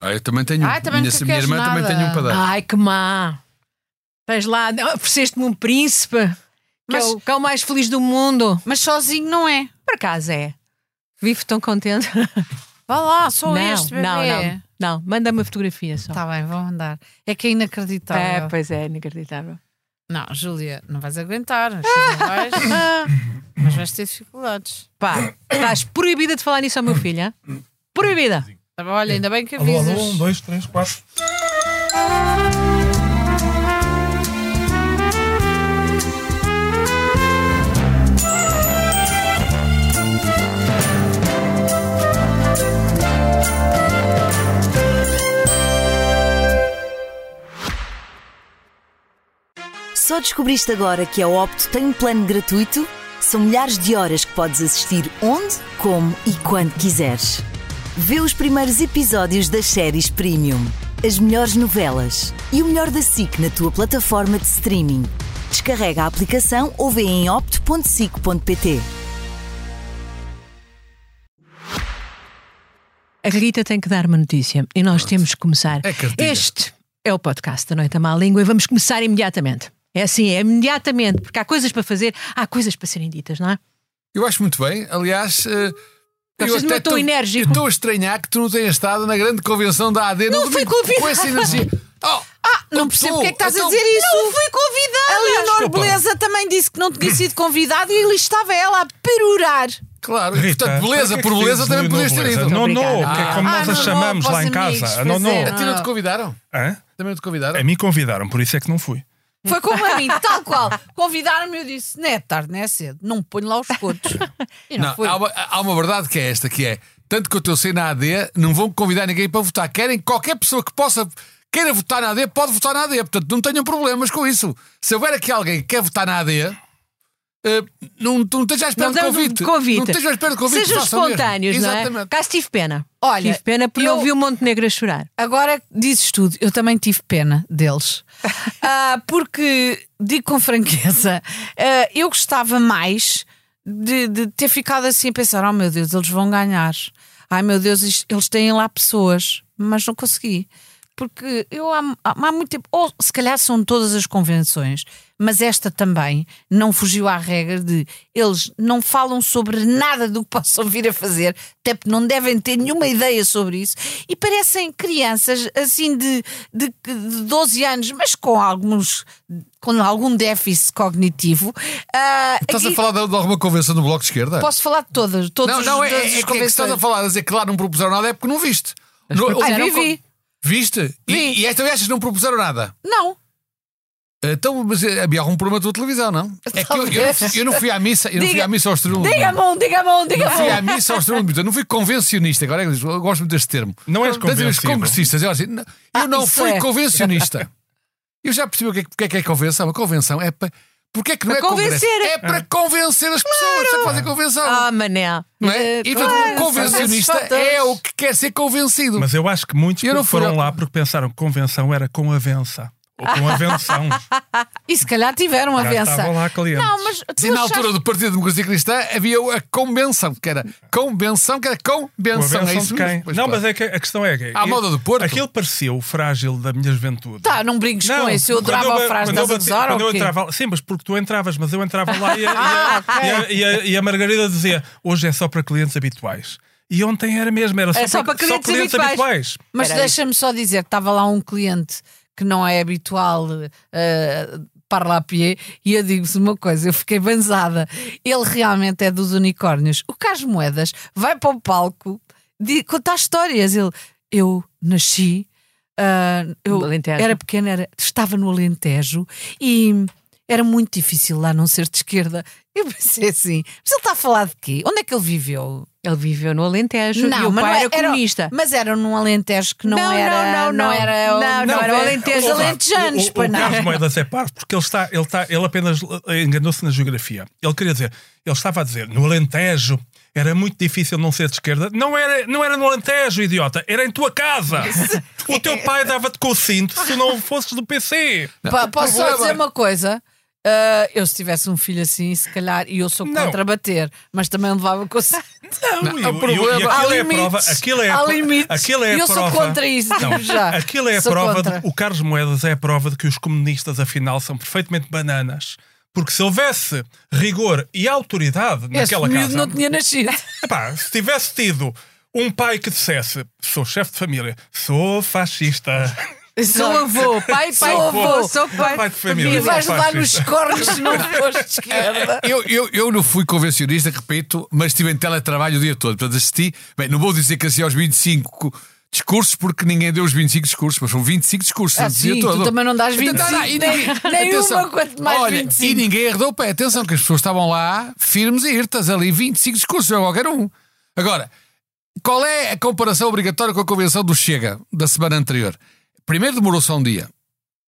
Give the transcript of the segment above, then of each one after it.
Ah, eu também tenho. Ah, também minha, nunca minha queres irmã também nada. tem um Ah. padeiro. Ai, que má. Tens lá, ofereceste-me um príncipe, que Mas- é o cão mais feliz do mundo. Mas sozinho não é. Por acaso é. Vivo tão contente. Vá lá, só não, este bebê. não, não. Não, manda-me a fotografia só. Tá bem, vou mandar. É que é é, inacreditável. pois é, inacreditável. Não, Júlia, não vais aguentar. acho que não vais, mas vais ter dificuldades. Pá, estás proibida de falar nisso ao meu filho, hein? Proibida. Tá bom, Olha, ainda bem que Alô, alô, avisas. um, dois, três, quatro. Só descobriste agora que a Opto tem um plano gratuito? São milhares de horas que podes assistir onde, como e quando quiseres. Vê os primeiros episódios das séries Premium, as melhores novelas e o melhor da SIC na tua plataforma de streaming. Descarrega a aplicação ou vê em opto.sic.pt. A Rita tem que dar uma notícia e nós temos que começar. É cartilha. este é o podcast da Noite à Má Língua e vamos começar imediatamente. É assim, é imediatamente, porque há coisas para fazer, há coisas para serem ditas, não é? Eu acho muito bem. Aliás, eh, eu Gostas de até meu tom tô- enérgico? eu Estou a estranhar que tu não tenhas estado na grande convenção da AD. Não no fui domingo, Com convidada. essa energia. Oh, ah, Não percebo porque é que estás então, a dizer isso. Não fui convidada. A Leonor Desculpa. Beleza também disse que não tinha sido convidada e ali estava ela a perurar. Claro, Rita, portanto, beleza, para que é por que beleza dizes também Nuno podias ter Beleza? ido. Não, não, Obrigada. que é como Ah, nós não, a chamamos vós lá em amigos, casa. pois Não, não. é. A ti não te convidaram? Hã? Também não te convidaram? A mim convidaram, por isso é que não fui. Foi como a mim, tal qual. Convidaram-me e eu disse: não é tarde, não é cedo, não ponho lá os cortes. E não, Não, foi. há, uma, há uma verdade que é esta, que é, tanto que eu sei na AD, não vão convidar ninguém para votar. Querem qualquer pessoa que possa, queira votar na AD, pode votar na AD. Portanto, não tenham problemas com isso. Se houver aqui alguém que quer votar na AD, eh, não, tu não esteja à espera Não de temos um convite. convite. Não esteja à espera de convite. Sejam façam mesmo. espontâneos, não é? Exatamente. Cá tive pena. Olha, tive pena porque eu- não vi o Montenegro a chorar. Agora que dizes tudo, eu também tive pena deles. Ah, porque, digo com franqueza, ah, eu gostava mais de, de ter ficado assim a pensar: oh meu Deus, eles vão ganhar. Ai meu Deus, isto- eles têm lá pessoas, mas não consegui. Porque eu há, há- há muito tempo, ou se calhar são todas as convenções, mas esta também não fugiu à regra de eles não falam sobre nada do que possam vir a fazer, até porque não devem ter nenhuma ideia sobre isso, e parecem crianças assim de, de, de 12 anos, mas com alguns com algum déficit cognitivo. Ah, Estás a e- Então falar de, de alguma convenção do Bloco de Esquerda? Posso falar de todas, todos não, os- não, é, todas é, as é, que- é que convenções. estás a falar, a dizer que lá não propuseram nada é porque não viste. Não, Ai, ouviram vi, com- vi. Viste? E- Vi. e esta vez achas que não propuseram nada? Não. Então, mas eh, havia algum problema da tua televisão, não? É que eu, eu, não fui- eu não fui à missa, eu não fui Diga- à missa aos triunfos. Diga a não. mão, diga a mão, diga Não a fui à mão. missa aos triunfos, eu não fui convencionista, agora é que eu gosto muito deste termo. Não és Tantas vezes convencido. congressistas, eu, assim, não- eu Ah, não isso fui é. convencionista. Eu já percebi o que é, porque é que é convenção. A convenção é para. Porque é que não é Para congresso? convencer. É para convencer as pessoas a fazer convenção. Ah, Manel. não é? E portanto, Eh, Ah, claro, um convencionista são esses fatores. é o que quer ser convencido. Mas eu acho que muitos Eu não fui foram ao- lá porque pensaram que convenção era com avença. Ou com Ah. avenção. E se calhar tiveram Já a estavam lá clientes. Não, mas tu E na achaste- altura do Partido de Democracia Cristã havia a convenção, que era convenção, que era Com convenção. avenção é isso de quem? mesmo? Pois não, claro. mas é que a questão é que. À moda do Porto. Aquilo pareceu o frágil da minha juventude. Tá, não brinques Não, com isso. Eu quando adorava ba- a frase, quando eu estás a bati- gozar quando ou eu quê? Ah, entrava- Sim, mas porque tu entravas, mas eu entrava lá e a, e a- e a- e a- e a Margarida dizia: hoje é só para clientes habituais. E ontem era mesmo, era só, É só para clientes habituais. Mas Espera aí. deixa-me só dizer que estava lá um cliente que não é habitual uh, parlapier e eu digo-vos uma coisa, eu fiquei banzada. Ele realmente é dos unicórnios. O Cas Moedas vai para o palco di- contar histórias. Ele, eu nasci, uh, eu No Alentejo. era pequena, era- estava no Alentejo e era muito difícil lá não ser de esquerda. Eu pensei assim, mas ele está a falar de quê? Onde é que ele viveu? Ele viveu no Alentejo e o mas pai é- era comunista. Mas era num Alentejo que não, Não, não, era. não, não. era. Não, não, era o Alentejo. Os Ouve lá, alentejanos, é, o, o, pois o não. Carlos Moedas é parvo porque ele, está, ele, está, ele apenas eh, enganou-se na geografia. Ele queria dizer, ele estava a dizer, no Alentejo era muito difícil não ser de esquerda. Não era, não era no Alentejo, idiota, era em tua casa. o teu pai dava-te com o cinto se não fosses do PC. Pa- Posso só Agora- dizer uma coisa? Ah, eu, se tivesse um filho assim, se calhar, e eu sou Não. contra bater, mas também levava com. Não, e- há e- problema. e Há aquilo é a limites, prova. Aquilo é a há pro- limites. Aquilo é a Eu sou prova- contra isso, Não, digo já. Aquilo é a Sou prova. contra. de- o Carlos Moedas é a prova de que os comunistas, afinal, são perfeitamente bananas. Porque se houvesse rigor e autoridade Este naquela miúdo casa. não tinha nascido. Epá, se tivesse tido um pai que dissesse: sou chefe de família, sou fascista. Sou avô, pai, pai, Sou avô, avô. sou pai. Pai de família. E vais Sou levar nos fascista. cornos se não fores de esquerda. Eu, eu, eu não fui convencionista, repito, mas estive em teletrabalho o dia todo. Portanto, assisti. Bem, não vou dizer que assisti aos 25 co- discursos, porque ninguém deu os 25 discursos, mas foram 25 discursos. Ah, o dia sim, tu todo. também não dás 25, Então, e nem- ninguém- nem atenção. uma, quanto mais Olha, 25. E ninguém herdou o pé. Atenção, que as pessoas estavam lá firmes e irtas ali. 25 discursos, é qualquer um. Agora, qual é a comparação obrigatória com a convenção do Chega da semana anterior? Primeiro demorou só um dia.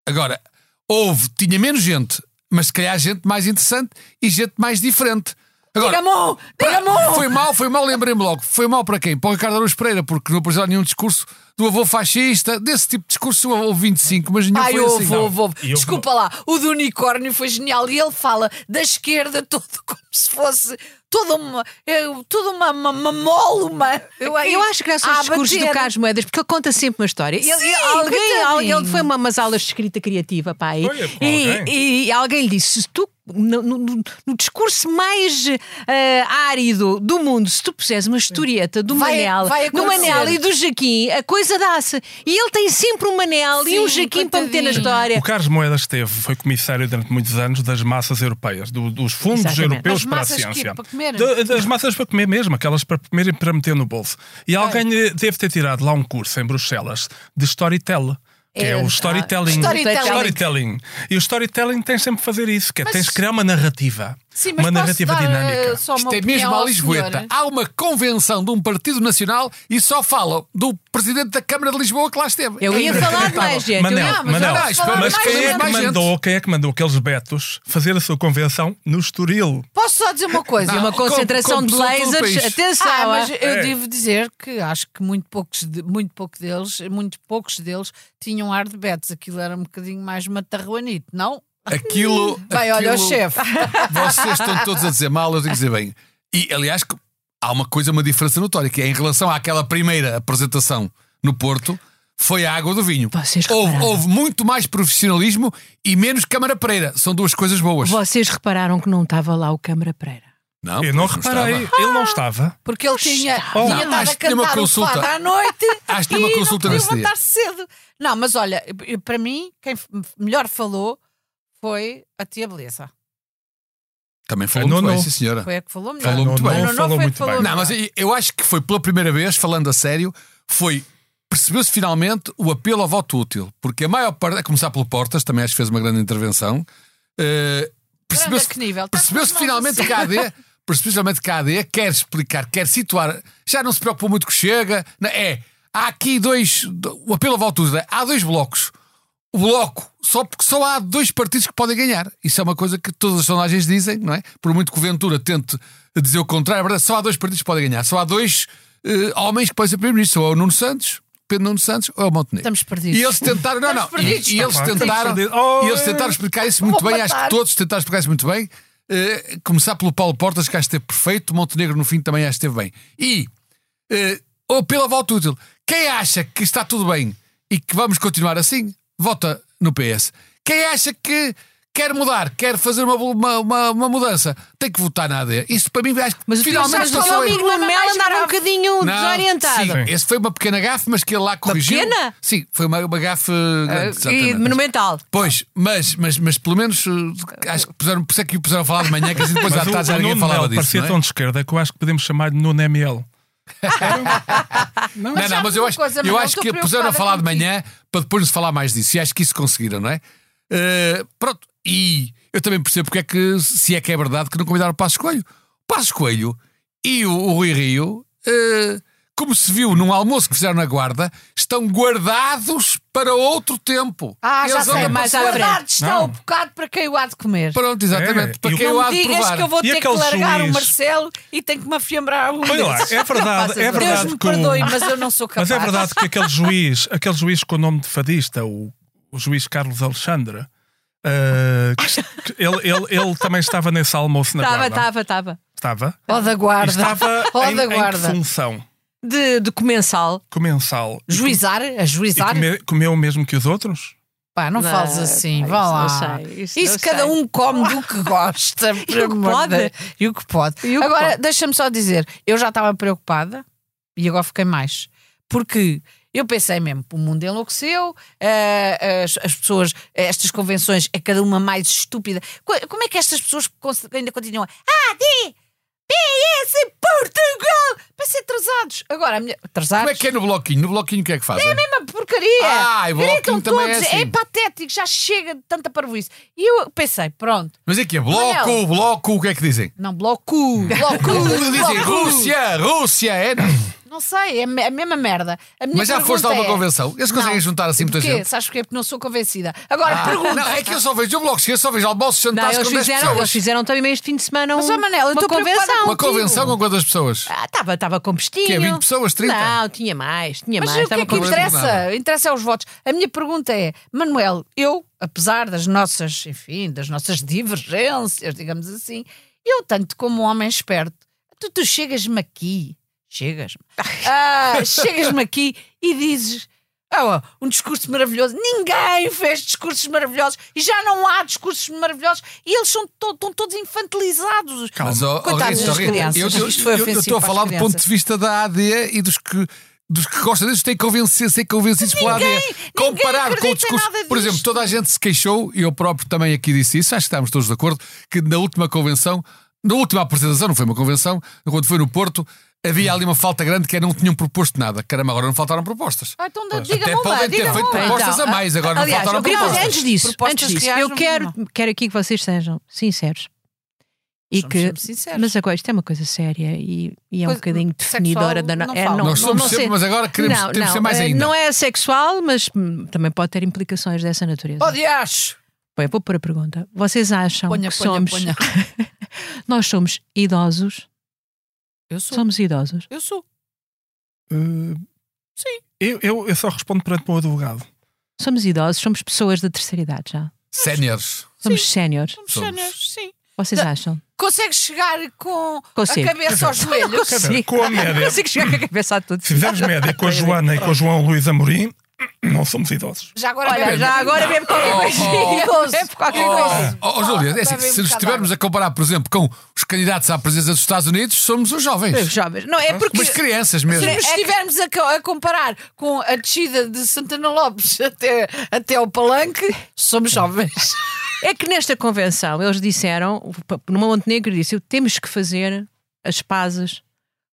Agora, houve, tinha menos gente, mas se calhar gente mais interessante e gente mais diferente. Agora, Diga-me, um, diga-me. um. foi mal, foi mal, lembrei-me logo. Foi mal para quem? Para o Ricardo Araújo Pereira, porque não apresentou nenhum discurso do avô fascista, desse tipo de discurso houve 25, mas nenhum Ai, foi assim. houve, houve, houve. E eu- Desculpa lá, o do unicórnio foi genial e ele fala da esquerda todo como se fosse toda uma, é, toda uma, uma, uma mole humana. Eu, eu acho é graças A aos discursos bater. do Carlos Moedas, porque ele conta sempre uma história. Ele, Ah, Sim, alguém, coitadinho. alguém- ele foi a umas aulas de escrita criativa, pá. E, Olha, com e- alguém. e alguém lhe disse: se tu, no, no- no- no discurso mais eh, árido do mundo, se tu puseres uma historieta do Vai- Manel, vai do acontecer. Manel e do Jaquim, a coisa dá-se. E ele tem sempre um Manel e Sim, um Jaquim para meter coitadinho. na história. O Carlos Moedas teve, foi comissário durante muitos anos das massas europeias, do- dos fundos Exatamente. europeus Das para a massas que- ciência. para comer? Da- das massas para comer mesmo, aquelas para comer e para meter no bolso. E alguém eh, deve ter tirado lá um curso em Bruxelas de storytell. Que é, É, o ah, storytelling. storytelling. Storytelling. E o storytelling tens sempre de fazer isso, que é, tens de criar uma narrativa. Sim, mas uma narrativa posso dar, eh, dinâmica. Só uma Isto é opinião mesmo a ao Lisboeta. senhor? Há uma convenção de um partido nacional e só falam do presidente da Câmara de Lisboa que lá esteve. Eu É ia falar de mais gente. eu Manel, ia- Ah, mas Manel, já dá, mas espera, mais quem, é gente. que mandou, quem é que mandou aqueles betos fazer a sua convenção no Estoril? Posso só dizer uma coisa? E uma com- concentração com de pessoa de um todo o blazers. país. Atenção, Ah, ah. mas eu É. devo dizer que acho que muito poucos, de- muito pouco deles, muito poucos deles tinham ar de betes. Aquilo era um bocadinho mais matarruanito, não? Aquilo. Vai, olha o aquilo- chefe. Vocês estão todos a dizer mal, eu tenho que dizer bem. E, aliás, que há uma coisa, uma diferença notória, que é em relação àquela primeira apresentação no Porto, foi a água do vinho. Vocês houve, repararam? houve muito mais profissionalismo e menos Câmara Pereira. São duas coisas boas. Vocês repararam que não estava lá o Câmara Pereira? Não, Eu não pois reparei, estava. ele não estava. Porque ele tinha, Oh, tinha não, estado acho a que tinha uma cantar o consulta. Ah, fado à noite Acho que tinha é uma e consulta não nesse dia. podia levantar cedo. Não, mas olha, eu- para mim, quem f- melhor falou foi a tia Beleza. Também Ah, falou não, muito bem, não. sim senhora. Foi a que falou melhor. Falou muito Não, bem. não, Não, não falou foi muito falou- bem. Não, mas eu- eu acho que foi pela primeira vez, falando a sério, foi. Percebeu-se finalmente o apelo ao voto útil, porque a maior parte, a começar pelo Portas, também acho que fez uma grande intervenção. eh, percebeu-se que nível. Tá percebeu-se com as finalmente mãos que a AD, percebeu-se finalmente que a AD quer explicar, quer situar, já não se preocupou muito que chega, na- é, há aqui dois, o apelo ao voto útil, é, há dois blocos. O bloco, só porque só há dois partidos que podem ganhar. Isso é uma coisa que todas as sondagens dizem, não é? Por muito que o Ventura tente dizer o contrário, é verdade, só há dois partidos que podem ganhar. Só há dois eh, homens que podem ser primeiro-ministro, ou é o Nuno Santos, Pedro Nuno Santos, ou é o Montenegro. Estamos perdidos. E eles tentaram, não, não, e, Estamos perdidos, e eles Estamos tentaram, perdidos. Oh, e eles tentaram explicar isso muito Vou bem, acho que matar. todos tentaram explicar isso muito bem. Eh, começar pelo Paulo Portas, que acho que esteve perfeito, Montenegro no fim também acho que esteve bem. E, eh, ou pela volta útil, quem acha que está tudo bem e que vamos continuar assim, vota no PS. Quem acha que quer mudar, quer fazer uma, uma, uma- uma mudança, tem que votar na AD. Isso para mim, acho que Mas o finalmente Finalmente não o foi- um amigo Problema Mamel mais andar um grave. bocadinho não, desorientado. Sim, esse foi uma pequena gafe, mas que ele lá corrigiu. pequena? Ah, Sim, foi uma, uma gafe eh, grande, e exatamente. monumental. Pois, mas, mas, mas pelo menos eh, acho que puseram, por isso é que o puseram a falar de manhã, que assim depois à Mas o, tarde já o ninguém Nuno falava Melo disso. parecia Não, é? tão de esquerda que eu acho que podemos chamar de Nuno ML. não, não, mas eu uma acho, coisa, eu Manuel, acho estou que puseram a preocupada falar de contigo. manhã para depois nos falar mais disso. E acho que isso conseguiram, não é? Eh, pronto, e eu também percebo porque é que, se é que é verdade, que não convidaram o Passos Coelho. O Passos Coelho e o, o Rui Rio, eh, como se viu num almoço que fizeram na Guarda, estão guardados para outro tempo. Ah, já Eles sei, andam mas mais à para- frente. guardado está Não. o um bocado para quem o há de comer. Pronto, exatamente. É, Para e o- quem Não eu Não há me de digas provar. que eu vou E ter que aquele largar juiz? o Marcelo e tenho que me afiembrar um Olha lá, desses. é verdade, é verdade. Deus me que o- perdoe, mas eu não sou capaz. Mas é verdade que aquele juiz, aquele juiz com o nome de fadista, o, o juiz Carlos Alexandre, Ah, que- que ele, ele, ele também estava nesse almoço na Estava, guarda. estava, estava. Estava. Ó da E guarda. estava Ó em, da em que guarda. função? De, de comensal. Comensal. E Juizar? A com- juizar? E come- comeu o mesmo que os outros? Pá, não, Não, fales assim, pá, vá lá. isso não sei, isso não cada sei. um come do que gosta. por o que amor pode. de- E o que pode. E o que Agora, pode. deixa-me só dizer, eu já estava preocupada e agora fiquei mais. Porque eu pensei mesmo, o mundo enlouqueceu, eh, as, as pessoas, estas convenções, é cada uma mais estúpida. Co- Como é que estas pessoas cons- ainda continuam? Ah, D, P, S, Portugal! Para ser atrasados. Agora, a minha- atrasados? Como é que é no bloquinho? No bloquinho o que é que fazem? mesma porcaria. Ah, e o Gritam bloquinho também é todos, assim. patético, já chega de tanta parvoíce. E eu pensei, pronto, Mas é que é bloco, Manel. bloco, o que é que dizem? não, bloco, bloco, Dizem Rússia, Rússia, é? não? Não sei, é me- a mesma merda. A minha Mas já pergunta foste a alguma é- convenção? Eles conseguem Não. juntar assim muita Porquê? gente? Sabes porquê? Porque não sou convencida. Agora, pergunta. Não, é que eu só vejo, eu bloco, eu só vejo almoços, Não, jantares eles com 10 fizeram, eles pessoas. fizeram também este fim de semana um, Mas, ó, Manel, eu uma estou preocupada convenção. Uma convenção com quantas pessoas? Ah, estava estava com pestinho. Que é 20 pessoas, 30? Não, tinha mais, tinha Mas mais. o que é estava que com problema com interessa? nada. Interessa aos votos. A minha pergunta é, Manuel, eu, apesar das nossas, enfim, das nossas divergências, digamos assim, eu tanto como um homem esperto, tu, tu chegas-me aqui, chegas-me, ah, chegas-me aqui e dizes... "Ah, um discurso maravilhoso. Ninguém fez discursos maravilhosos e já não há discursos maravilhosos e eles são to- estão todos infantilizados. Mas, ó, ó, Coitados Rita, das Rita, crianças. eu- eu- Isto foi eu- eu ofensivo estou a para as falar do ponto crianças. de vista da AD e dos que. Dos que gostam disso, têm que convencer, ser convencidos pela AD. Comparado com o acredita discurso. nada Por exemplo, disto. toda a gente se queixou, e eu próprio também aqui disse isso, acho que estávamos todos de acordo, que na última convenção, na última apresentação, não foi uma convenção, quando foi no Porto, havia ali uma falta grande que é não tinham proposto nada. Caramba, agora não faltaram propostas. Ah, então Até diga-me uma, podem ter diga-me feito uma. propostas a Então, mais, agora não aliás, faltaram eu queria propostas. propostas. antes disso, Propostas antes disso, reais eu não quero, vimos, quero aqui que vocês sejam sinceros. E Somos que, sempre sinceros. mas agora isto é uma coisa séria e, e é um Coisa- bocadinho sexual, definidora da no- não é, falo. Nós somos sempre, sei- mas agora queremos- não, temos de não, ser mais eh, ainda. Não é sexual, mas hum, também pode ter implicações dessa natureza. Oh, diacho! Bem, vou pôr a pergunta. Vocês acham Ponha, que ponha, somos. ponha. Nós somos idosos? Eu sou. Somos idosos. Eu sou. Sim. Eh, Eu, eu, eu só respondo perante o meu advogado. Somos idosos, somos pessoas da terceira idade já. Séniores. Somos séniores. Somos Somos. séniores, sim. Vocês acham? Consegues chegar com Consigo. a cabeça aos joelhos? Quer dizer, com a média. Consigo chegar com a cabeça a todos. Se fizermos média com a Joana e com o João Luís Amorim, não somos idosos. Já agora Olha, bebe. já agora bebe qualquer coisinha. oh, Bebe qualquer oh. coisa. Ó oh, Júlia, é assim, Bebem um se nos bocado estivermos de a comparar, por exemplo, com os candidatos à presença dos Estados Unidos, somos os Bebe, jovens. Jovens. Não, é porque. Mas crianças mesmo. Se estivermos a, co- a comparar com a descida de Santana Lopes até, até ao Palanque, somos jovens. É que nesta convenção eles disseram, no Montenegro disse, temos que fazer as pazes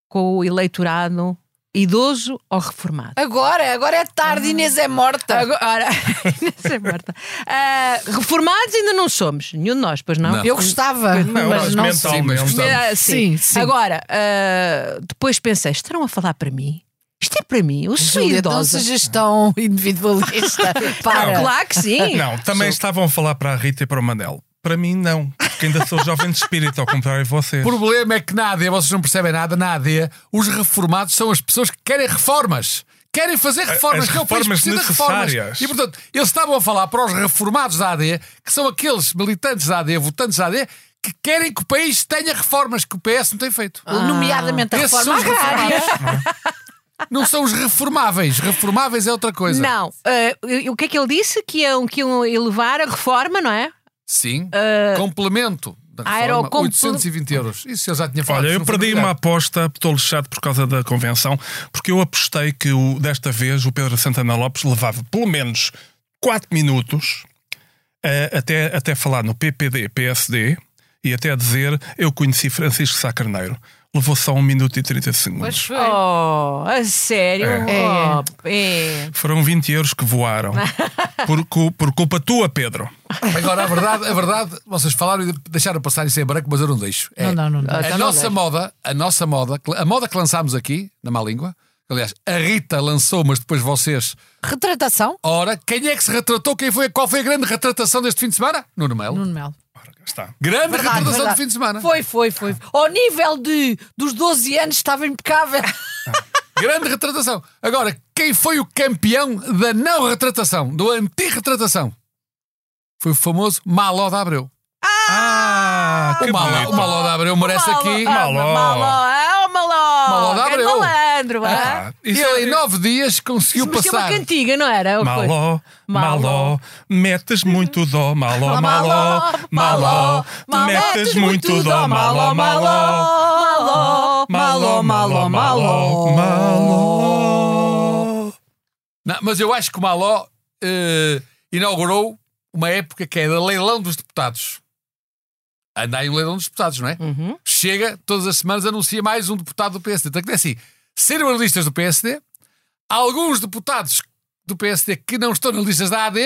com o eleitorado idoso ou reformado. Agora, agora é tarde, Inês é morta. Agora, não sei, Marta. Ah, reformados ainda não somos, nenhum de nós, pois não? Não. Eu gostava, mas mas não mental. Sim, mas Sim, gostamos. Ah, Sim, sim. Agora, ah, depois pensei, estarão a falar para mim? Isto é para mim, eu sou Júlia, não idosa. sejas tão individualista. então Para. Ah, claro que sim. Não, também estavam a falar para a Rita e para o Manel. Para mim, não. Porque ainda sou jovem de espírito, ao contrário de vocês. O problema é que na AD, vocês não percebem nada, na AD, os reformados são as pessoas que querem reformas. Querem fazer reformas, as que é o país que reformas precisa de reformas. necessárias. E portanto, eles estavam a falar para os reformados da AD, que são aqueles militantes da AD, votantes da AD, que querem que o país tenha reformas que o PS não tem feito. Nomeadamente a Esses são reforma os agrária. Não são os reformáveis. Reformáveis é outra coisa. Não, ah, o que é que ele disse? Que iam, que iam elevar a reforma, não é? Sim. Ah, Complemento. Da Ah, reforma, era o compl- 820 euros. Isso eu já tinha falado. Olha, eu não foi perdi uma novidade. aposta, estou lixado por causa da convenção, porque eu apostei que o- desta vez o Pedro Santana Lopes levava pelo menos 4 minutos eh, até, até falar no PPD, PSD e até dizer eu conheci Francisco Sá Carneiro. Levou só 1 minuto e 30 segundos. Pois foi. Oh, a sério? É. Oh, é. Foram 20 euros que voaram. por, cu- por culpa tua, Pedro. Agora, a verdade, a verdade, vocês falaram e deixaram passar isso em branco, mas eu não deixo. É, Não, não, não, não. A Então não nossa deixo. moda, a nossa moda, a moda que lançámos aqui, na má língua, aliás, a Rita lançou, mas depois vocês. Retratação? Ora, quem é que se retratou? Quem foi, qual foi a grande retratação deste fim de semana? Nuno Melo. Nuno Melo. Ora, cá está. Grande Verdade, retratação verdade. do fim de semana. Foi, foi, foi. Ao nível de, dos 12 anos estava impecável. Grande retratação. Agora, quem foi o campeão da não retratação, do anti-retratação? Foi o famoso Maló da Abreu. Ah, que O Maló, bonito. o Maló da Abreu merece aqui. Maló. Ah, Maló, oh, Maló. Maló é da grande Abreu. malandro, ah. Ah, E isso ele é- em nove dias conseguiu Mas que é uma passar. cantiga, não era? Ou coisa? Maló, Maló. maló, metes muito dó, maló, Maló, maló, maló, maló, metes muito dó, maló, maló, maló, maló, maló, maló, maló. Não, mas eu acho que o Maló eh, inaugurou uma época que é da leilão dos deputados. Anda aí o leilão dos deputados, não é? Chega, todas as semanas anuncia mais um deputado do PSD. Tem que ter assim: ser listas do PSD, alguns deputados do PSD que não estão nas listas da AD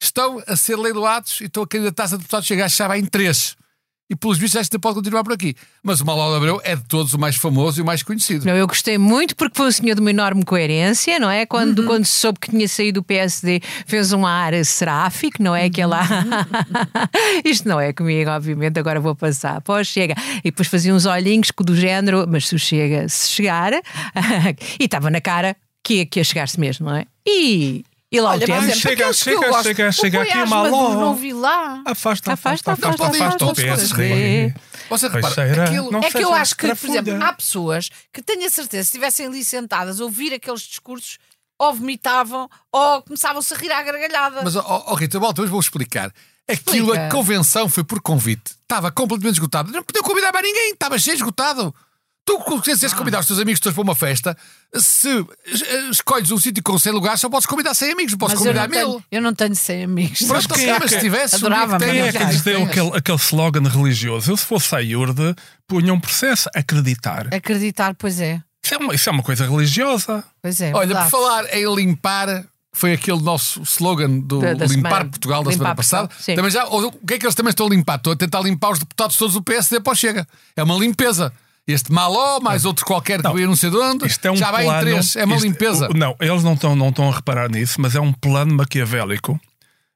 estão a ser leiloados e estão a candidatar-se a deputados. Chega, acho que já vai em três. E pelos vistos, acho que pode continuar por aqui. Mas o Maló de Abreu é de todos o mais famoso e o mais conhecido. Não, eu gostei muito porque foi um senhor de uma enorme coerência, não é? Quando, Uhum. quando soube que tinha saído do PSD, fez um ar seráfico, não é? Aquela. Uhum. Isto não é comigo, obviamente, agora vou passar. Pô, chega. E depois fazia uns olhinhos do género, mas se o chega, se chegar. e estava na cara que ia, que ia chegar-se mesmo, não é? E, e lá Olha, é o por temos. exemplo, Chega, aqueles que eu chega, gosto. chega, O chega aqui, Goiás Maló. Maduro, Não vi lá. Afasta, Afasta, afasta, afasta, afasta, afasta o afasta, PSD. Você Pois repara, será? aquilo, Não é que eu seja acho que, por trafolha. exemplo, há pessoas que tenho a certeza, se estivessem ali sentadas a ouvir aqueles discursos, ou vomitavam, ou começavam-se a rir à gargalhada. Mas, ó, ó, Rita, volta, hoje vou explicar. Aquilo, Explica. a convenção foi por convite. Estava completamente esgotado. Não podia convidar mais ninguém, estava cheio esgotado. Tu Ah. consegues convidar os teus amigos teus para uma festa, se es- es- escolhes um sítio com 100 lugares, só podes convidar 100 amigos, não podes é? Mas eu, convidar não mil. tenho, eu não tenho 100 amigos. Pronto, ok, quem é mas se que- tivesse, um dia Adorava, que mas Quem tenhas, é que já lhes deu tens. aquele, aquele slogan religioso? Eu, se fosse a IURD, punha um processo acreditar. Acreditar, pois é. Isso é uma, isso é uma coisa religiosa. Pois é. Olha, por verdade. falar em limpar, foi aquele nosso slogan do Da- da Limpar semana. Portugal da Limpar semana Portugal, passada. sim. Também já, o que é que eles também estão a limpar? Estão a tentar limpar os deputados todos do PSD para o Chega. É uma limpeza. Este Maló, mais outro qualquer que É. Não. veio não sei de onde, Isto é um já vai plano, em três. É uma isto- limpeza. o- não, eles não estão não estão a reparar nisso, mas é um plano maquiavélico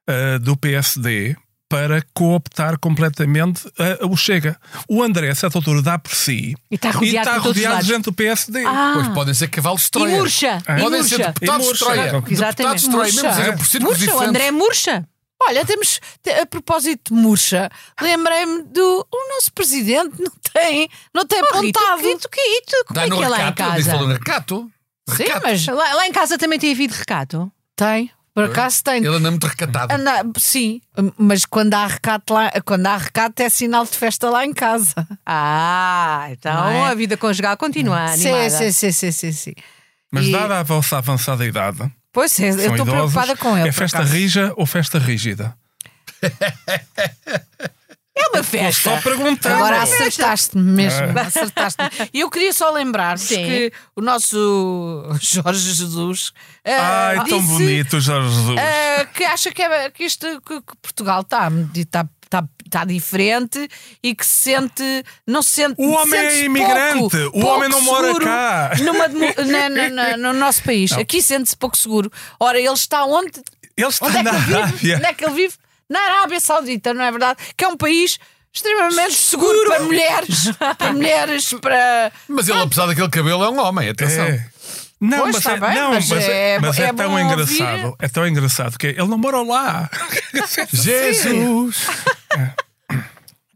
ah, do PSD para cooptar completamente ah, o Chega. O André, a certa altura, dá por si E tá está rodeado está por todos os rodeado lados. de gente do PSD. Ah, Pois podem ser cavalos de E Troia. murcha, Ah. e Podem ser murcha. deputados E de murcha. Troia. Exatamente. Deputados de Troia, mesmo que Murcha. seja por círculos Murcha, o diferentes. André Murcha. Olha, temos, te- a propósito de murcha, lembrei-me do. O nosso presidente não tem, não tem Oh, Rita, apontado. que- que Rito, como Dá é no que é lá em recato, ele casa? falou no recato. Sim, Recato. mas Lá, lá em casa também tem havido recato? tem. Por acaso tem. Ele anda muito recatado. Anda- sim, mas quando há recato lá, quando há recato é sinal de festa lá em casa. Ah, então Não é? a vida conjugal continua animada. Sim, sim, sim, sim, sim, sim. Mas E- dada a vossa avançada idade, Pois é, eu são estou idosos, preocupada com ele. é por festa acaso. rija ou festa rígida? É uma Só festa. perguntando. Agora acertaste-me mesmo, É. acertaste-me. E eu queria só lembrar-vos Sim. que o nosso Jorge Jesus eh, Ai, tão disse, bonito, Jorge Jesus. eh, que acha que, é, que, este, que, que Portugal está está está está diferente e que se sente não se sente O homem é sente-se imigrante, pouco- o pouco homem não mora seguro cá. numa demo- na- na- na- no nosso país aqui sente-se pouco seguro ora ele está onde Ele está Onde é, que na ele vive? Arábia. Onde é que ele vive? Na Arábia Saudita, não é verdade? Que é um país extremamente seguro, para mulheres, para mulheres, para. Mas Ah, ele, apesar daquele cabelo, é um homem, atenção. É. Não, Pois, mas, tá é, bem, não, mas mas, é- é, mas é é bom tão ouvir. engraçado. É tão engraçado que ele não mora lá. Jesus!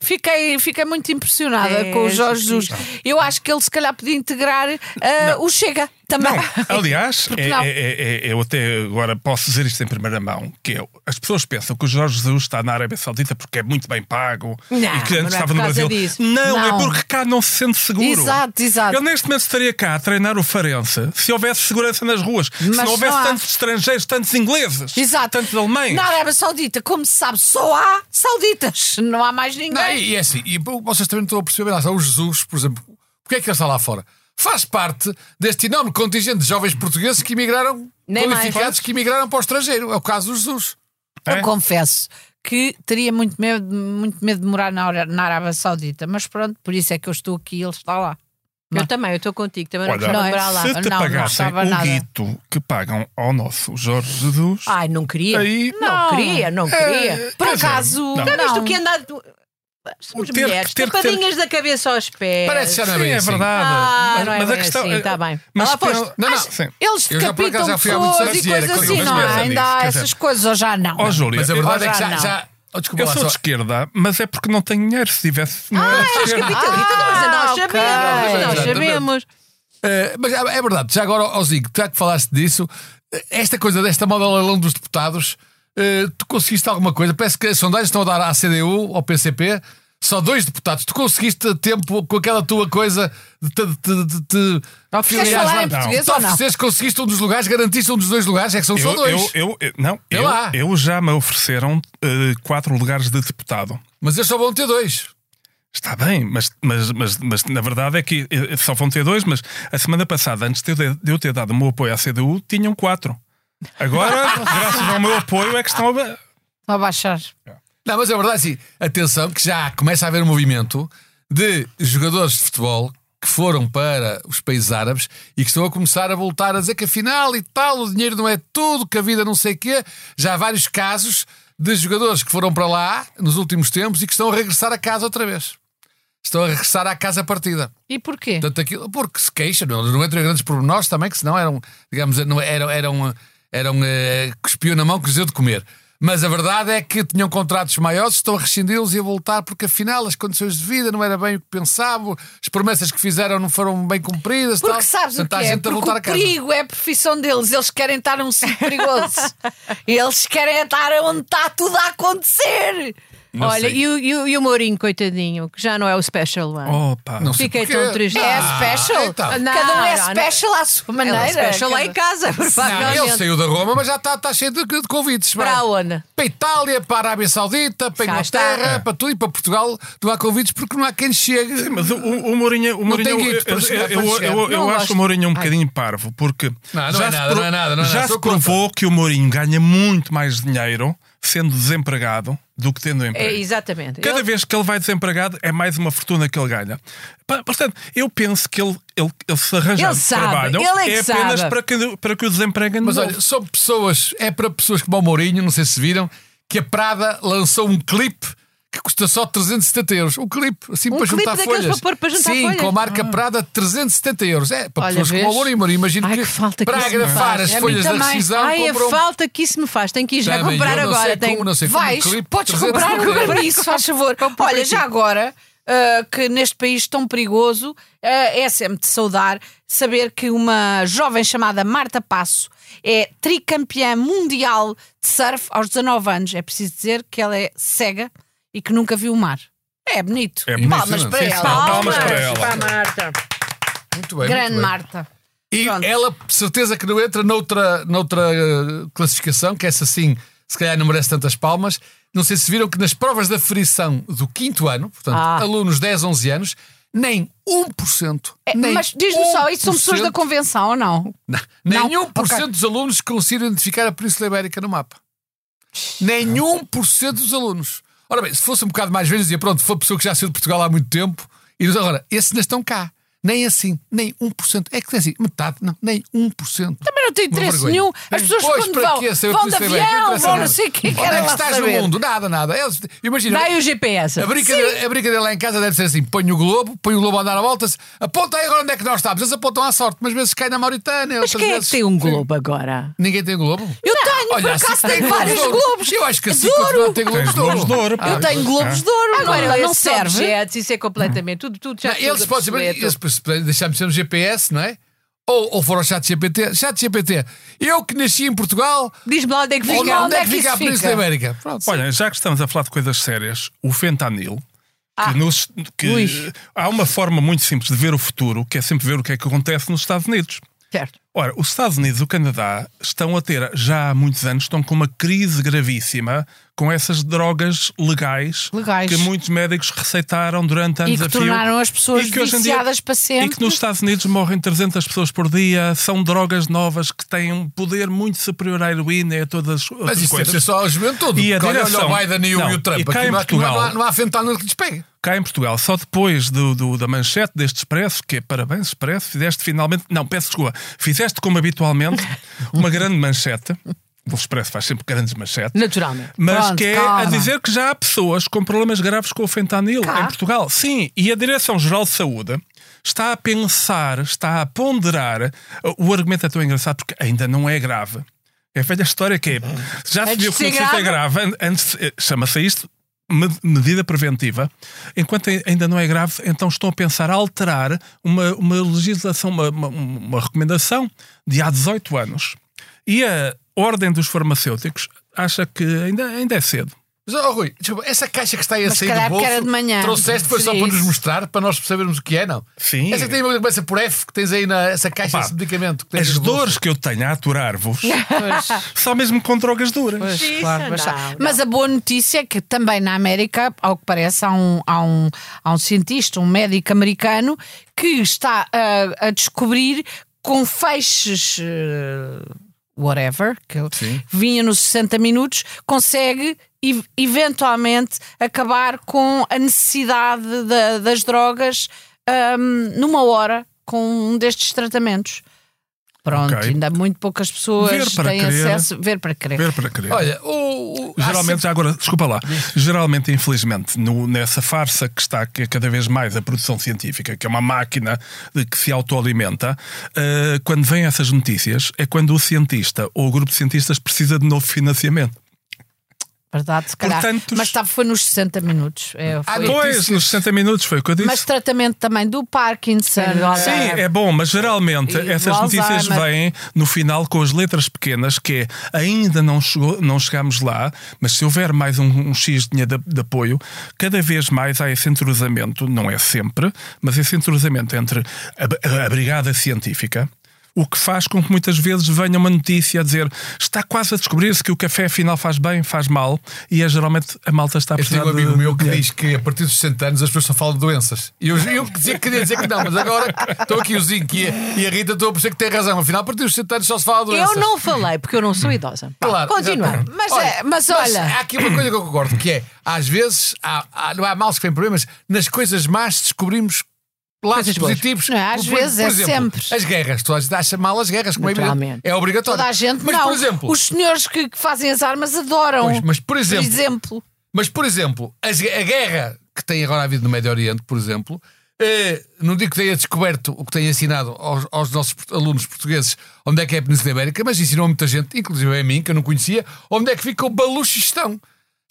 Fiquei, fiquei muito impressionada É, com o Jorge sim. Jesus. Eu acho que ele se calhar podia integrar ah, o Chega também. Aliás, Porque é- não. é- é- é- eu até agora posso dizer isto em primeira mão: que é, as pessoas pensam que o Jorge Jesus está na Arábia Saudita porque é muito bem pago Não, e mas que não é antes estava por no causa Brasil. disso. Não, Não. é porque cá não se sente seguro. Exato, exato. Eu neste momento estaria cá a treinar o Farense se houvesse segurança nas ruas, Mas se não houvesse não há. tantos estrangeiros, tantos ingleses, Exato. tantos alemães. Na Arábia é Saudita, como se sabe, só há sauditas, não há mais ninguém. Não, e e é assim, e pô, vocês também não estão a perceber, lá, o Jesus, por exemplo, porque é que ele está lá fora? Faz parte deste enorme contingente de jovens portugueses que emigraram, Nem mais. qualificados, que emigraram para o estrangeiro. É o caso do Jesus. Eu É? confesso que teria muito medo, muito medo de morar na, Ara- na Arábia Saudita, mas pronto, por isso é que eu estou aqui e ele está lá. é? Eu também, eu estou contigo, também Olha, não não gostava de é- morar lá. Se Não, te não pagassem gostava o nada. guito que pagam ao nosso Jorge Jesus, Ai, não queria. aí É, Não Ah, queria, não queria. Por Quer dizer, acaso, não. não. Mas tu que andar. tu- Somos O ter que- mulheres, ter que ter- tapadinhas da cabeça aos pés. Parece que já não é Sim, bem é assim. verdade. Ah, não é bem assim, tá bem. eh, Mas Lá foste. pelo- não, não, Ah, sim. Eles Eu já, por acaso, decapitam já fui há muitos pessoas anos e e era coisas quando eu assim, fiz não merda é? nisso, Ainda há quer dizer- essas coisas, ou já não. Ó, Júlia, Mas a eu- verdade Ou é que já já. ah, não. já... Oh, desculpa, Eu lá, sou de só- esquerda, mas é porque não tenho dinheiro. Se tivesse. não era de é esquerda. Capitalista, não, mas Ah, nós ok. sabemos, nós Exatamente. sabemos. Eh, mas é é verdade, já agora, ó Zico, já que falaste disso, eh, esta coisa desta moda leilão dos deputados, eh, tu conseguiste alguma coisa? Parece que as sondagens estão a dar à CDU, ao PCP, só dois deputados. Tu conseguiste a tempo com aquela tua coisa de te. de te- de te- Queres filiares falar lá? em português Tu ou não? ofereceste, conseguiste um dos lugares, garantiste um dos dois lugares, é que são só Eu, dois. eu, eu, eu- não, Vê eu, lá. eu já me ofereceram eh, quatro lugares de deputado. Mas eles só vão ter dois. Está bem, mas, mas, mas, mas na verdade é que eh, só vão ter dois, mas a semana passada, antes de eu, ter- de eu ter dado o meu apoio à CDU, tinham quatro. Agora, graças ao meu apoio, é que estão a. Vou baixar. Não, mas é verdade, sim. Atenção, que já começa a haver um movimento de jogadores de futebol que foram para os países árabes e que estão a começar a voltar a dizer que afinal e tal, o dinheiro não é tudo, que a vida não sei o quê. Já há vários casos de jogadores que foram para lá nos últimos tempos e que estão a regressar a casa outra vez. Estão a regressar à casa partida. E porquê? Portanto, aquilo, porque se queixa, não, não entram em grandes pormenores também, que senão eram, digamos, não, eram, eram, eram eh, cuspiu na mão que lhes deu de comer. Mas a verdade é que tinham contratos maiores, estão a rescindi-los e a voltar, porque afinal as condições de vida não era bem o que pensavam, as promessas que fizeram não foram bem cumpridas. Porque tal. sabes o Então, Portanto, que há é? gente a Porque voltar o a casa. perigo é a profissão deles. Eles querem estar num sítio perigoso. Eles querem estar onde está tudo a acontecer. Olha, e o, e, o, e o Mourinho, coitadinho, que já não é o special one. Oh. Opa! Não sei Fiquei porquê. tão triste. É Ah, special. então. Cada um é Não, não, não. special à sua maneira. Ela é special lá em Cada- casa, Não, provavelmente. ele saiu da Roma, mas já está, está cheio de, de convites. Para vá. onde? Para a Itália, para a Arábia Saudita, para a Cá está. Inglaterra, para tudo e para Portugal não há convites porque não há quem chegue. Mas o, o o Mourinho, o Mourinho tem eu, guito para eu- chegar- eu- para eu- chegar. eu- eu Não acho gosto. o Mourinho um bocadinho parvo, porque Não, não é se nada, não é nada, não é já nada, se sou contra. provou que o Mourinho ganha muito mais dinheiro sendo desempregado do que tendo emprego. É, exatamente. Cada Ele- vez que ele vai desempregado é mais uma fortuna que ele ganha. Pa- Portanto, eu penso que ele, ele, ele se arranja um Ele sabe, trabalho ele é que apenas sabe. para que, para que o desempreguem de Mas novo. olha, são pessoas, é para pessoas como o Mourinho, não sei se viram, que a Prada lançou um clipe que custa só 370 euros. Um clipe, assim, para clipe juntar daqueles folhas. para pôr para juntar Sim, folhas. Ah. com a marca Prada, 370 euros. É, para Olha, pessoas como vês? o Mourinho, Mourinho, imagino Ai, que, que falta que para isso me É, agrafar faz. as A mim folhas da também. rescisão Ai, a compram... falta que isso me faz. Tenho que ir já Também, eu comprar não agora. Sei Tenho... Como, não sei como, um Vais, clipe, um podes comprar um 370 euros. compromisso, faz favor. Olha, já agora, ah, que neste país tão perigoso, ah, é sempre de saudar saber que uma jovem chamada Marta Passo é tricampeã mundial de surf aos 19 anos. É preciso dizer que ela é cega e que nunca viu o mar. É bonito. É bonito, Palmas não é? para Sim, ela. palmas para ela. Para a Marta. Muito bem, Grande muito bem. Marta. E Pronto. ela, certeza que não entra noutra, noutra eh, classificação, que essa sim, se calhar não merece tantas palmas. Não sei se viram que nas provas de aferição do quinto ano, portanto, Ah. alunos 10, 11 anos, nem 1%. É, nem mas diz-me só, isso são pessoas da 1%, convenção ou não? Nem Não, 1% ok. dos alunos conseguiram identificar a Península Ibérica no mapa. Nem 1% dos alunos. Ora bem, se fosse um bocado mais velho, dizia pronto, foi pessoa que já saiu de Portugal há muito tempo. E diz, agora, esses ainda estão cá. Nem assim, nem 1%. É que tem assim, metade, não, nem 1%. Mas não tem Uma interesse vergonha. nenhum. As pessoas Pois, quando para vão, quê? Saber vão por de isso é bem, não avião, interessa vão nada. não sei o que, Onde é querem que lá estás saber. no mundo? Nada, nada. Eles- Imagina, Dá aí o GPS. a brincadeira, a brincadeira lá em casa deve ser assim: põe o globo, põe o globo a andar à volta, aponta aí agora onde é que nós estamos. Eles apontam à sorte, mas às vezes cai na Mauritânia. outras Mas quem é que vezes- tem um globo agora? Ninguém tem globo? Eu tenho, por a acaso SIC tenho tem vários de ouro. globos. Eu acho que a SIC de continua a ouro. ter globos Tens de ouro. globos de ouro, pá. Eu tenho um globos de ouro. Agora, não serve. Objetos, isso é completamente tudo, tudo já Não, tudo eles podem saber, obsoleto. eles podem deixar-me ser um GPS, não é? Ou, ou foram ao chat GPT. Chat GPT. Eu que nasci em Portugal, Diz-me lá onde é que onde, fica. onde é que isso fica a Península fica? Ibérica? Pronto. Olha, já que estamos a falar de coisas sérias, o fentanil. Ah. Que nos- que- Luís. há uma forma muito simples de ver o futuro, que é sempre ver o que é que acontece nos Estados Unidos. Certo. Ora, os Estados Unidos e o Canadá estão a ter, já há muitos anos, estão com uma crise gravíssima com essas drogas legais, Legais. que muitos médicos receitaram durante anos que a fio. tornaram as pessoas E que hoje em dia- viciadas para sempre. E que nos Estados Unidos morrem 300 pessoas por dia, são drogas novas que têm um poder muito superior à heroína e a todas as Mas outras isso deve coisas. ser só a juventude. E a porque olha, direção- olha o Biden e o, Não, e o Trump. e cá Aqui em não há- Portugal- não há, não há fentanil que lhes pegue. Cá em Portugal, só depois do, do- da manchete deste Expresso, que é parabéns Expresso, fizeste finalmente, não, peço desculpa, fizeste como habitualmente, uma grande manchete O Expresso faz sempre grandes manchetes. Naturalmente. Mas Pronto, que é a calma. dizer que já há pessoas com problemas graves com o fentanil em Portugal. Sim, e a Direção-Geral de Saúde está a pensar, está a ponderar. O argumento é tão engraçado porque ainda não é grave. É a velha história que é. Já se Antes viu de que não ser se é grave, an- antes eh, chama-se isto me- medida preventiva. Enquanto ai- ainda não é grave, então estão a pensar a alterar uma, uma legislação, uma, uma, uma recomendação de há 18 anos. E a Ordem dos Farmacêuticos acha que ainda, ainda é cedo. Mas, ó, Rui, desculpa, essa caixa que está aí a Mas se sair do calhar porque bolso, era de manhã. trouxeste foi só Seria para nos isso. mostrar, para nós percebermos o que é, não? Sim. Essa que tem uma coisa que começa por F, que tens aí na, essa caixa, Opa, esse medicamento. Que tens As no bolso. dores que eu tenho a aturar-vos Pois. só mesmo com drogas duras. Isso, mas, não, sabe. não. Mas a boa notícia é que também na América, ao que parece, há um, há um, há um cientista, um médico americano, que está a, a descobrir com feixes. eh, Whatever, que eu- vinha nos 60 minutos, consegue ev- eventualmente acabar com a necessidade da- das drogas ahm, numa hora com um destes tratamentos. Pronto, Ok. ainda muito poucas pessoas Ver para têm crer. acesso. Ver para crer. Ver para crer. Olha, o, o- há Geralmente, já agora, desculpa lá, geralmente, infelizmente, no- nessa farsa que está que é cada vez mais a produção científica, que é uma máquina de que se autoalimenta, eh, quando vêm essas notícias, é quando o cientista ou o grupo de cientistas precisa de novo financiamento. Verdade, se calhar. Portanto, mas tá, foi nos 60 minutos. É, Ah, foi. não. Pois, nos 60 minutos foi o que eu disse. mas tratamento também do Parkinson. Sim, é bom, mas geralmente E essas do notícias Alzheimer. vêm no final com as letras pequenas, que é ainda não, chegou, não chegámos lá, mas se houver mais um, um X de dinheiro de, de apoio, cada vez mais há esse entrosamento, não é sempre, mas esse entrosamento entre a, a- a brigada científica. O que faz com que muitas vezes venha uma notícia a dizer está quase a descobrir-se que o café afinal faz bem, faz mal, e é geralmente a malta está a Eu precisar tenho um de- amigo meu que de- diz que a partir dos 60 anos as pessoas só falam de doenças. E eu, eu que dizia- queria dizer que não, mas agora estou aqui o Zinco e a, e a Rita estou a perceber que tem razão. Afinal, a partir dos 60 anos só se fala de doenças. Eu não falei, porque eu não sou idosa. Pá, Claro, Continuar. exatamente. Mas é- mas olha- Há aqui uma coisa que eu concordo, que é, às vezes, há, há- não há males que têm problemas, nas coisas más descobrimos lados Coisas boas. positivos. Não, às vezes é sempre. As guerras, tu acha mal as guerras, como é evidente. Naturalmente. É obrigatório. Toda a gente mas, não. por exemplo, Os senhores que, que fazem as armas adoram. Pois, mas, por exemplo- exemplo. Mas, por exemplo, as- a guerra que tem agora havido no Médio Oriente, por exemplo, eh, não digo que tenha descoberto o que tenha ensinado aos, aos nossos port- alunos portugueses onde é que é a Península Ibérica, mas ensinou a muita gente, inclusive a mim, que eu não conhecia, onde é que fica o Baluchistão.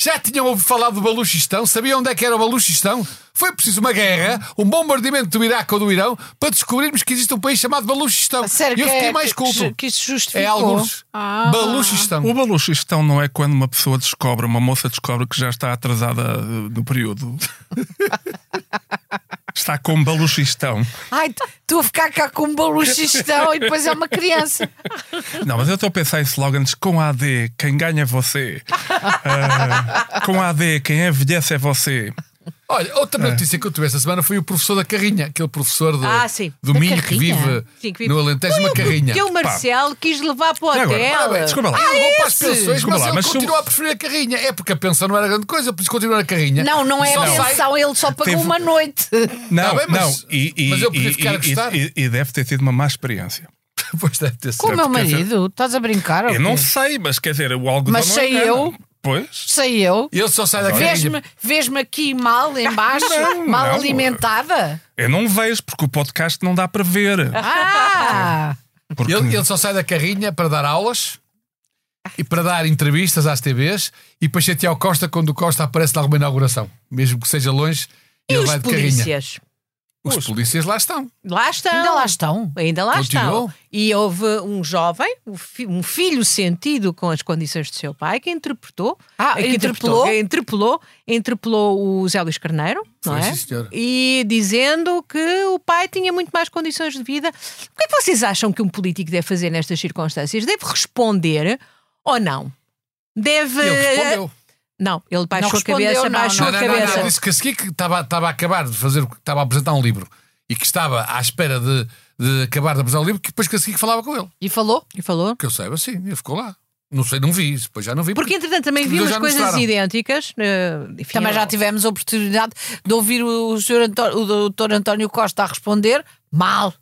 Já tinham ouvido falar do Baluchistão? Sabiam onde é que era o Baluchistão? Foi preciso uma guerra, um bombardeamento do Iraque ou do Irão, para descobrirmos que existe um país chamado Baluchistão. A sério E eu que fiquei é- mais que- culto. que isso justificou? É alguns. Ah. Baluchistão. O baluchistão Um não é quando uma pessoa descobre, uma moça descobre que já está atrasada eh, no período. está com um baluchistão. Ai, estou a ficar cá com um baluchistão e depois é uma criança. Não, mas eu estou a pensar em slogans com AD, quem ganha é você. Ah, com AD, quem envelhece é você. Olha, outra É. notícia que eu tive esta semana foi o professor da carrinha, aquele professor de- Ah, sim. do Da Minho que carrinha? vive Sim, que vive- no Alentejo, uma carrinha. Ah, Porque o Marcel quis levar para o Já hotel. agora, parabéns, desculpa Ah, lá. Ele levou para as pensões, Desculpa mas lá, ele mas se eu- continua a preferir a carrinha. É porque a pensão não era grande coisa, por isso continua na carrinha. Não, não é a Só sai- pensão, ele só pagou Teve- uma noite. Não, Tá bem, mas- não. E, e- mas eu podia e- ficar a e- gostar. e- e deve ter tido uma má experiência. Pois deve ter sido. Com o meu porque- marido, estás a brincar? Ah, ou Eu não quê? sei, mas quer dizer, o algodão Mas não sei engana. eu. Pois. Sei eu. Ele só sai da Vês-me carrinha. vês aqui mal em baixo, Não, mal não. alimentada? Eu não vejo, porque o podcast não dá para ver. Ah! Porque... Ele, ele só sai da carrinha para dar aulas e para dar entrevistas às TVs e para chatear o Costa quando o Costa aparece em alguma inauguração. Mesmo que seja longe, E ele os vai de carrinha. polícias? Os polícias lá estão. Lá estão. Ainda é lá estão. Ainda lá Continuou? estão. E houve um jovem, um fi- um filho sentido com as condições do seu pai, que interpretou. Ah, que interpelou? interpretou- Interpelou, interpelou o Zé Luís Carneiro, não Foi, é? sim, senhora. E dizendo que o pai tinha muito mais condições de vida. O que é que vocês acham que um político deve fazer nestas circunstâncias? Deve responder ou não? Deve. Ele respondeu. Não, ele baixou a respondeu, cabeça, não, não, baixou Não, a não, não, cabeça. não. Disse que a seguir que estava, estava a acabar de fazer, estava a apresentar um livro e que estava à espera de, de acabar de apresentar o livro, que depois que a seguir que falava com ele. E falou? E falou? Que eu saiba, sim, ele ficou lá. Não sei, não vi isso, depois já não vi. Porque, entretanto, também Os vi vídeos umas já coisas mostraram. idênticas. eh, enfim, Também já eu- tivemos a oportunidade de ouvir o, senhor Antó- o doutor António Costa a responder mal.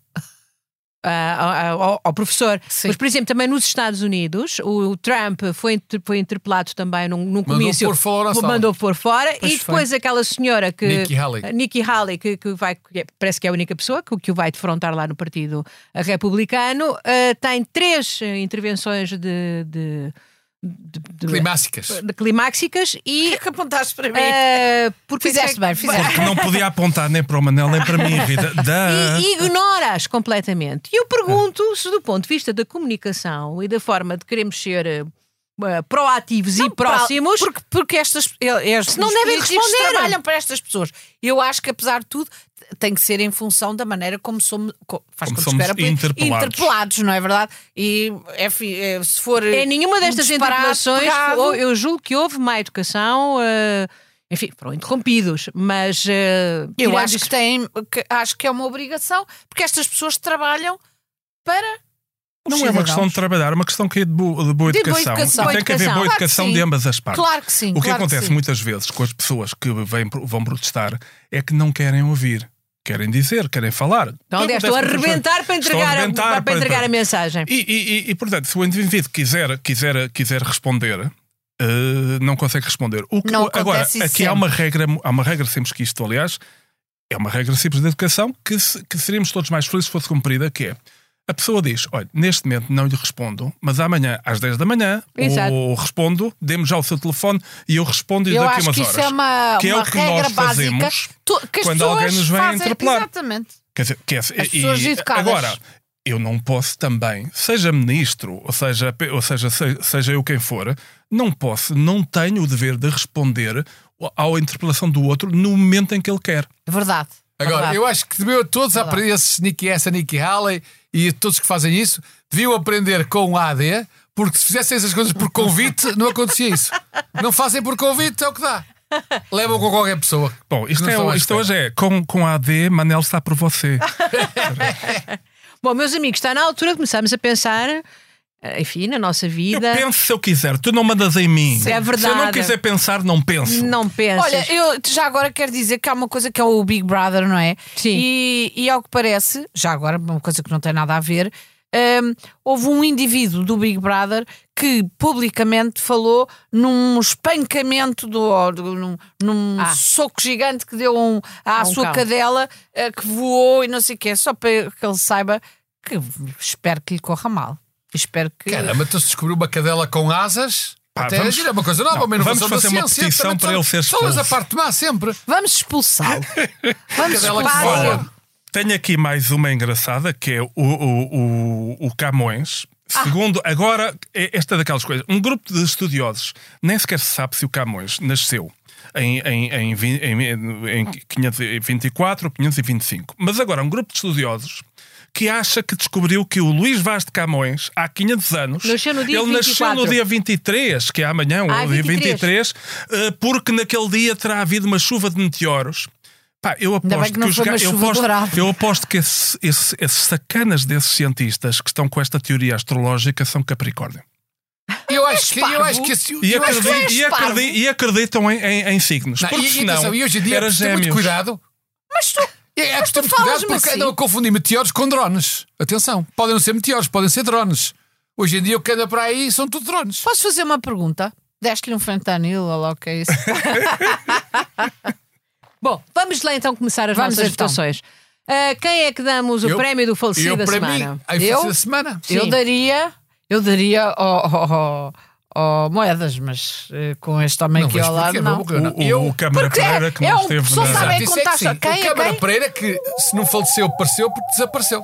ah, ao- ao, ao professor. Sim. Mas, por exemplo, também nos Estados Unidos, o Trump foi, inter- foi interpelado também num, num comício. pôr fora a sala. mandou pôr fora. Pois e foi. depois aquela senhora que. Nikki Haley. Nikki Haley, que, que vai, que é- parece que é a única pessoa que, que o vai defrontar lá no Partido Republicano, ah, tem três eh, intervenções de. de de, de- Climáxicas. de climáxicas e é que apontaste para mim? eh, porque fizeste bem, fizeste Porque não podia apontar nem para o Manel nem para mim, Rita. Da... e ignora-as completamente. E eu pergunto se, do ponto de vista da comunicação e da forma de queremos ser eh, eh, proativos e próximos, Porque, porque estas. Estes, não os devem políticos responder. trabalham para estas pessoas. Eu acho que, apesar de tudo, t- tem que ser em função da maneira como somos. co- Faz Como quando somos espera, interpelados. interpelados, não é verdade? E é fi- é, se for. em nenhuma um destas disparate interpelações, grave- ou- eu julgo que houve má educação. eh, enfim, foram interrompidos, mas. eh, Eu tirando acho isso- que, tem, que- acho que é uma obrigação, porque estas pessoas trabalham para. os Não é uma cidadãos. questão de trabalhar, é uma questão que é de, bo- de boa De boa educação. educação. Tem que haver Boa boa educação. Claro educação que de sim. ambas as partes. Claro que sim. O que claro acontece sim. muitas vezes com as pessoas que vêm, pro- vão protestar é que não querem ouvir, querem dizer, querem falar. Então, O que aliás, estou a acontece com as pessoas? arrebentar para Estão a entregar, a, arrebentar para, para- entregar a mensagem. E, e- e- e, portanto, se o indivíduo quiser, quiser, quiser responder, eh, não consegue responder. O que, Não acontece agora, isso aqui há uma, regra, há uma regra simples que isto, aliás, é uma regra simples de educação que, se- que seríamos todos mais felizes se fosse cumprida, que é a pessoa diz, olha, neste momento não lhe respondo, mas amanhã às 10 da manhã Exato. ou respondo, dê-me já o seu telefone e eu respondo e Eu daqui acho umas que horas. isso é uma, que é uma o que regra nós básica fazemos tu- que as quando pessoas alguém nos vem fazem, interpelar. Exatamente. Quer dizer, que é- e- pessoas e- educadas. Agora, eu não posso também, seja ministro, ou seja, pe- ou seja, se- seja eu quem for, não posso, não tenho o dever de responder à interpelação do outro no momento em que ele quer. Verdade. Agora, verdade. eu acho que deviam a todos Verdade. aprender esses Nicky essa Nicky Haley e todos que fazem isso, deviam aprender com a AD, porque se fizessem essas coisas por convite, não acontecia isso. Não fazem por convite, é o que dá. Levam com qualquer pessoa. Bom, isto, Não estou é, à isto espera. hoje é com, com a AD, Manel está por você. Bom, meus amigos, está na altura de começarmos a pensar, eh, enfim, na nossa Eu vida. penso se eu quiser, tu não mandas em mim. Sim. É Se eu não verdade. quiser pensar, não penso. Não pensas. Olha, eu já agora quero dizer que há uma coisa que é o Big Brother, não é? Sim. E, e ao que parece, já agora, uma coisa que não tem nada a ver, hum, houve um indivíduo do Big Brother que publicamente falou num espancamento, do, ou do- num, num Ah. soco gigante que deu um- à A um sua cão. cadela eh, que voou e não sei o quê, só para que ele saiba que espero que lhe corra mal. Espero que. Caramba, tu se descobriu uma cadela com asas. Pá, até vamos- vamos, uma coisa nova, não, uma inovação vamos da fazer uma ciência, petição também para só- ele ser Só mas a expulso. parte má sempre. Vamos expulsá-lo. Vamos Cadela que expulsá-lo. voa. Olha, tenho aqui mais uma engraçada que é o, o, o, o Camões. Ah. Segundo, agora, é- esta é daquelas coisas. Um grupo de estudiosos, nem sequer se sabe se o Camões nasceu em, em, em, vi- em, em 524 ou 525. Mas agora, um grupo de estudiosos que acha que descobriu que o Luís Vaz de Camões, há 500 anos, Nasceu no dia ele nasceu 24. no dia 23, que é amanhã, Ah, ou dia 23. 23, eh, porque naquele dia terá havido uma chuva de meteoros. Pá, eu Ainda bem aposto que não os foi uma ga- eu chuva dourada. aposto, eu aposto que esse- esse- esses sacanas desses cientistas que estão com esta teoria astrológica são Capricórnio. E eu acho que, eu parvo. acho que esse- E, eu é acho que- acredi- és e acredi- parvo. e acreditam em, em- em signos. Não, porque e, e, senão atenção, e hoje em dia era é preciso ter muito gêmeos. cuidado. Mas tu, é, é preciso ter muito cuidado falas-me porque assim. andam a confundir meteoros com drones. Atenção, podem não ser meteoros, podem ser drones. Hoje em dia o que anda para aí são tudo drones. Posso fazer uma pergunta? Deste-lhe um fentanil, ou lá o que é isso? Bom, vamos lá então começar as Vamos nossas então. votações. Ah, quem é que damos o Eu- prémio do falecido eu, da para semana? Mim, aí foi Eu? da semana. eu Sim. daria, eu daria ao, ao- ao- ao moedas, mas eh, com este homem Não aqui vejo ao lado, porquê, não. não vou- O, o, o Câmara Porque é- Pereira que é não um- esteve pessoa na- sabe- Isso contar que só sim. quem é o Câmara quem? Pereira que se não faleceu, apareceu porque desapareceu.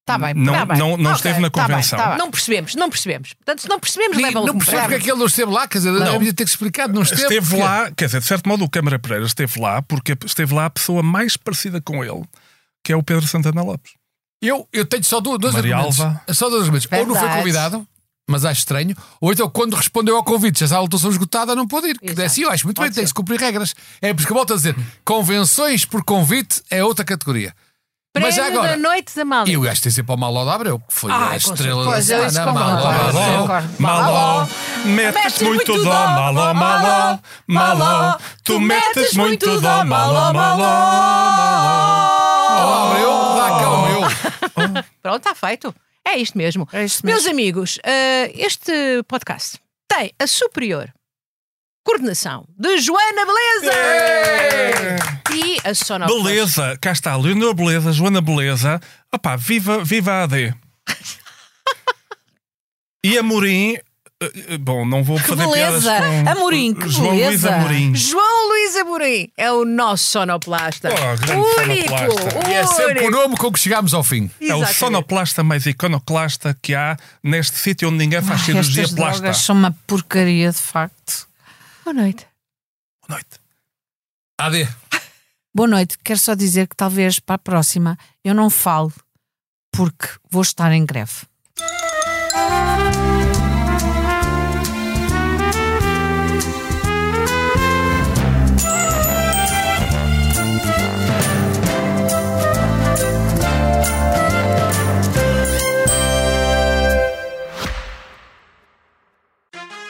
Está bem, Não- tá bem. não- não Ok, esteve na tá bem, convenção. tá bem. Não percebemos, não percebemos. Portanto, se não percebemos, Não, leva-lo não como percebo porque é prémio. que ele não esteve lá, quer dizer, não. devia ter que explicado, não esteve. Esteve porque- lá, quer dizer, de certo modo o Câmara Pereira esteve lá porque esteve lá a pessoa mais parecida com ele, que é o Pedro Santana Lopes. Eu, eu tenho só du- dois Maria argumentos. É Alva. Só dois argumentos. Ou não foi Verdade. convidado, mas acho estranho. Ou então, quando respondeu ao convite, já está a lotação esgotada, não pode ir. Que Exato. é assim, eu acho muito Pode bem, tem que se cumprir regras. É porque volto a dizer, convenções por convite é outra categoria. é mas já Prémio da agora. noite da Malta. E o gajo tem sempre ao Malo da Abreu, que foi Ah, a com estrela certeza. Pois, eu da isso semana. concordo. Maló, Concordo, Maló. concordo. Maló, metes Metes muito muito dó, dó, maló, maló, maló, tu metes muito dó, maló, maló, maló. Ó, Abreu, dá cá o meu. Pronto, está feito. É isto mesmo. É isto Meus amigos, eh, este podcast tem a superior coordenação de Joana Beleza e a sonoplastia. Beleza, cá está, Leonor Beleza, Joana Beleza. Opá, viva, viva a AD. E Amorim. eh, eh, Bom, não vou Que fazer piadas beleza! com- Amorim, que João Luís beleza! Amorim. João Luís Amorim é o nosso sonoplasta. Oh, grande único, sonoplasta. E é sempre o único. nome com que chegámos ao fim. É o Exatamente. sonoplasta mais iconoclasta que há neste sítio onde ninguém faz Ai, cirurgia estas plástica. drogas são uma porcaria, de facto. Boa noite. Boa noite. AD. Boa noite. Quero só dizer que talvez para a próxima eu não falo porque vou estar em greve.